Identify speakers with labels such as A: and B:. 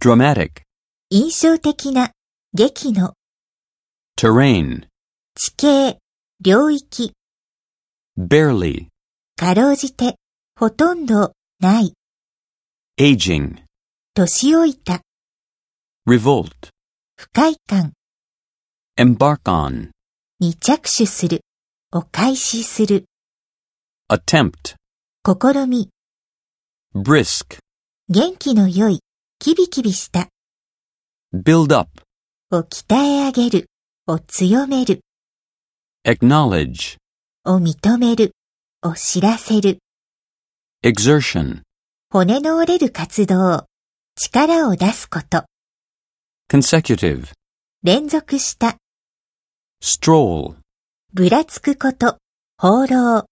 A: dramatic,
B: 印象的な、劇の、
A: terrain,
B: 地形、領域、
A: barely,
B: かろうじて、ほとんど、ない、
A: aging,
B: 年老いた、
A: revolt,
B: 不快感、
A: embark on,
B: に着手する、お返しする、
A: attempt,
B: 試み、
A: brisk,
B: 元気の良い、キビキビした、
A: build up,
B: を鍛え上げる、を強める、
A: acknowledge,
B: を認める、を知らせる、
A: exertion,
B: 骨の折れる活動、力を出すこと、
A: consecutive,
B: 連続した、
A: stroll.
B: ぶらつくこと、放浪。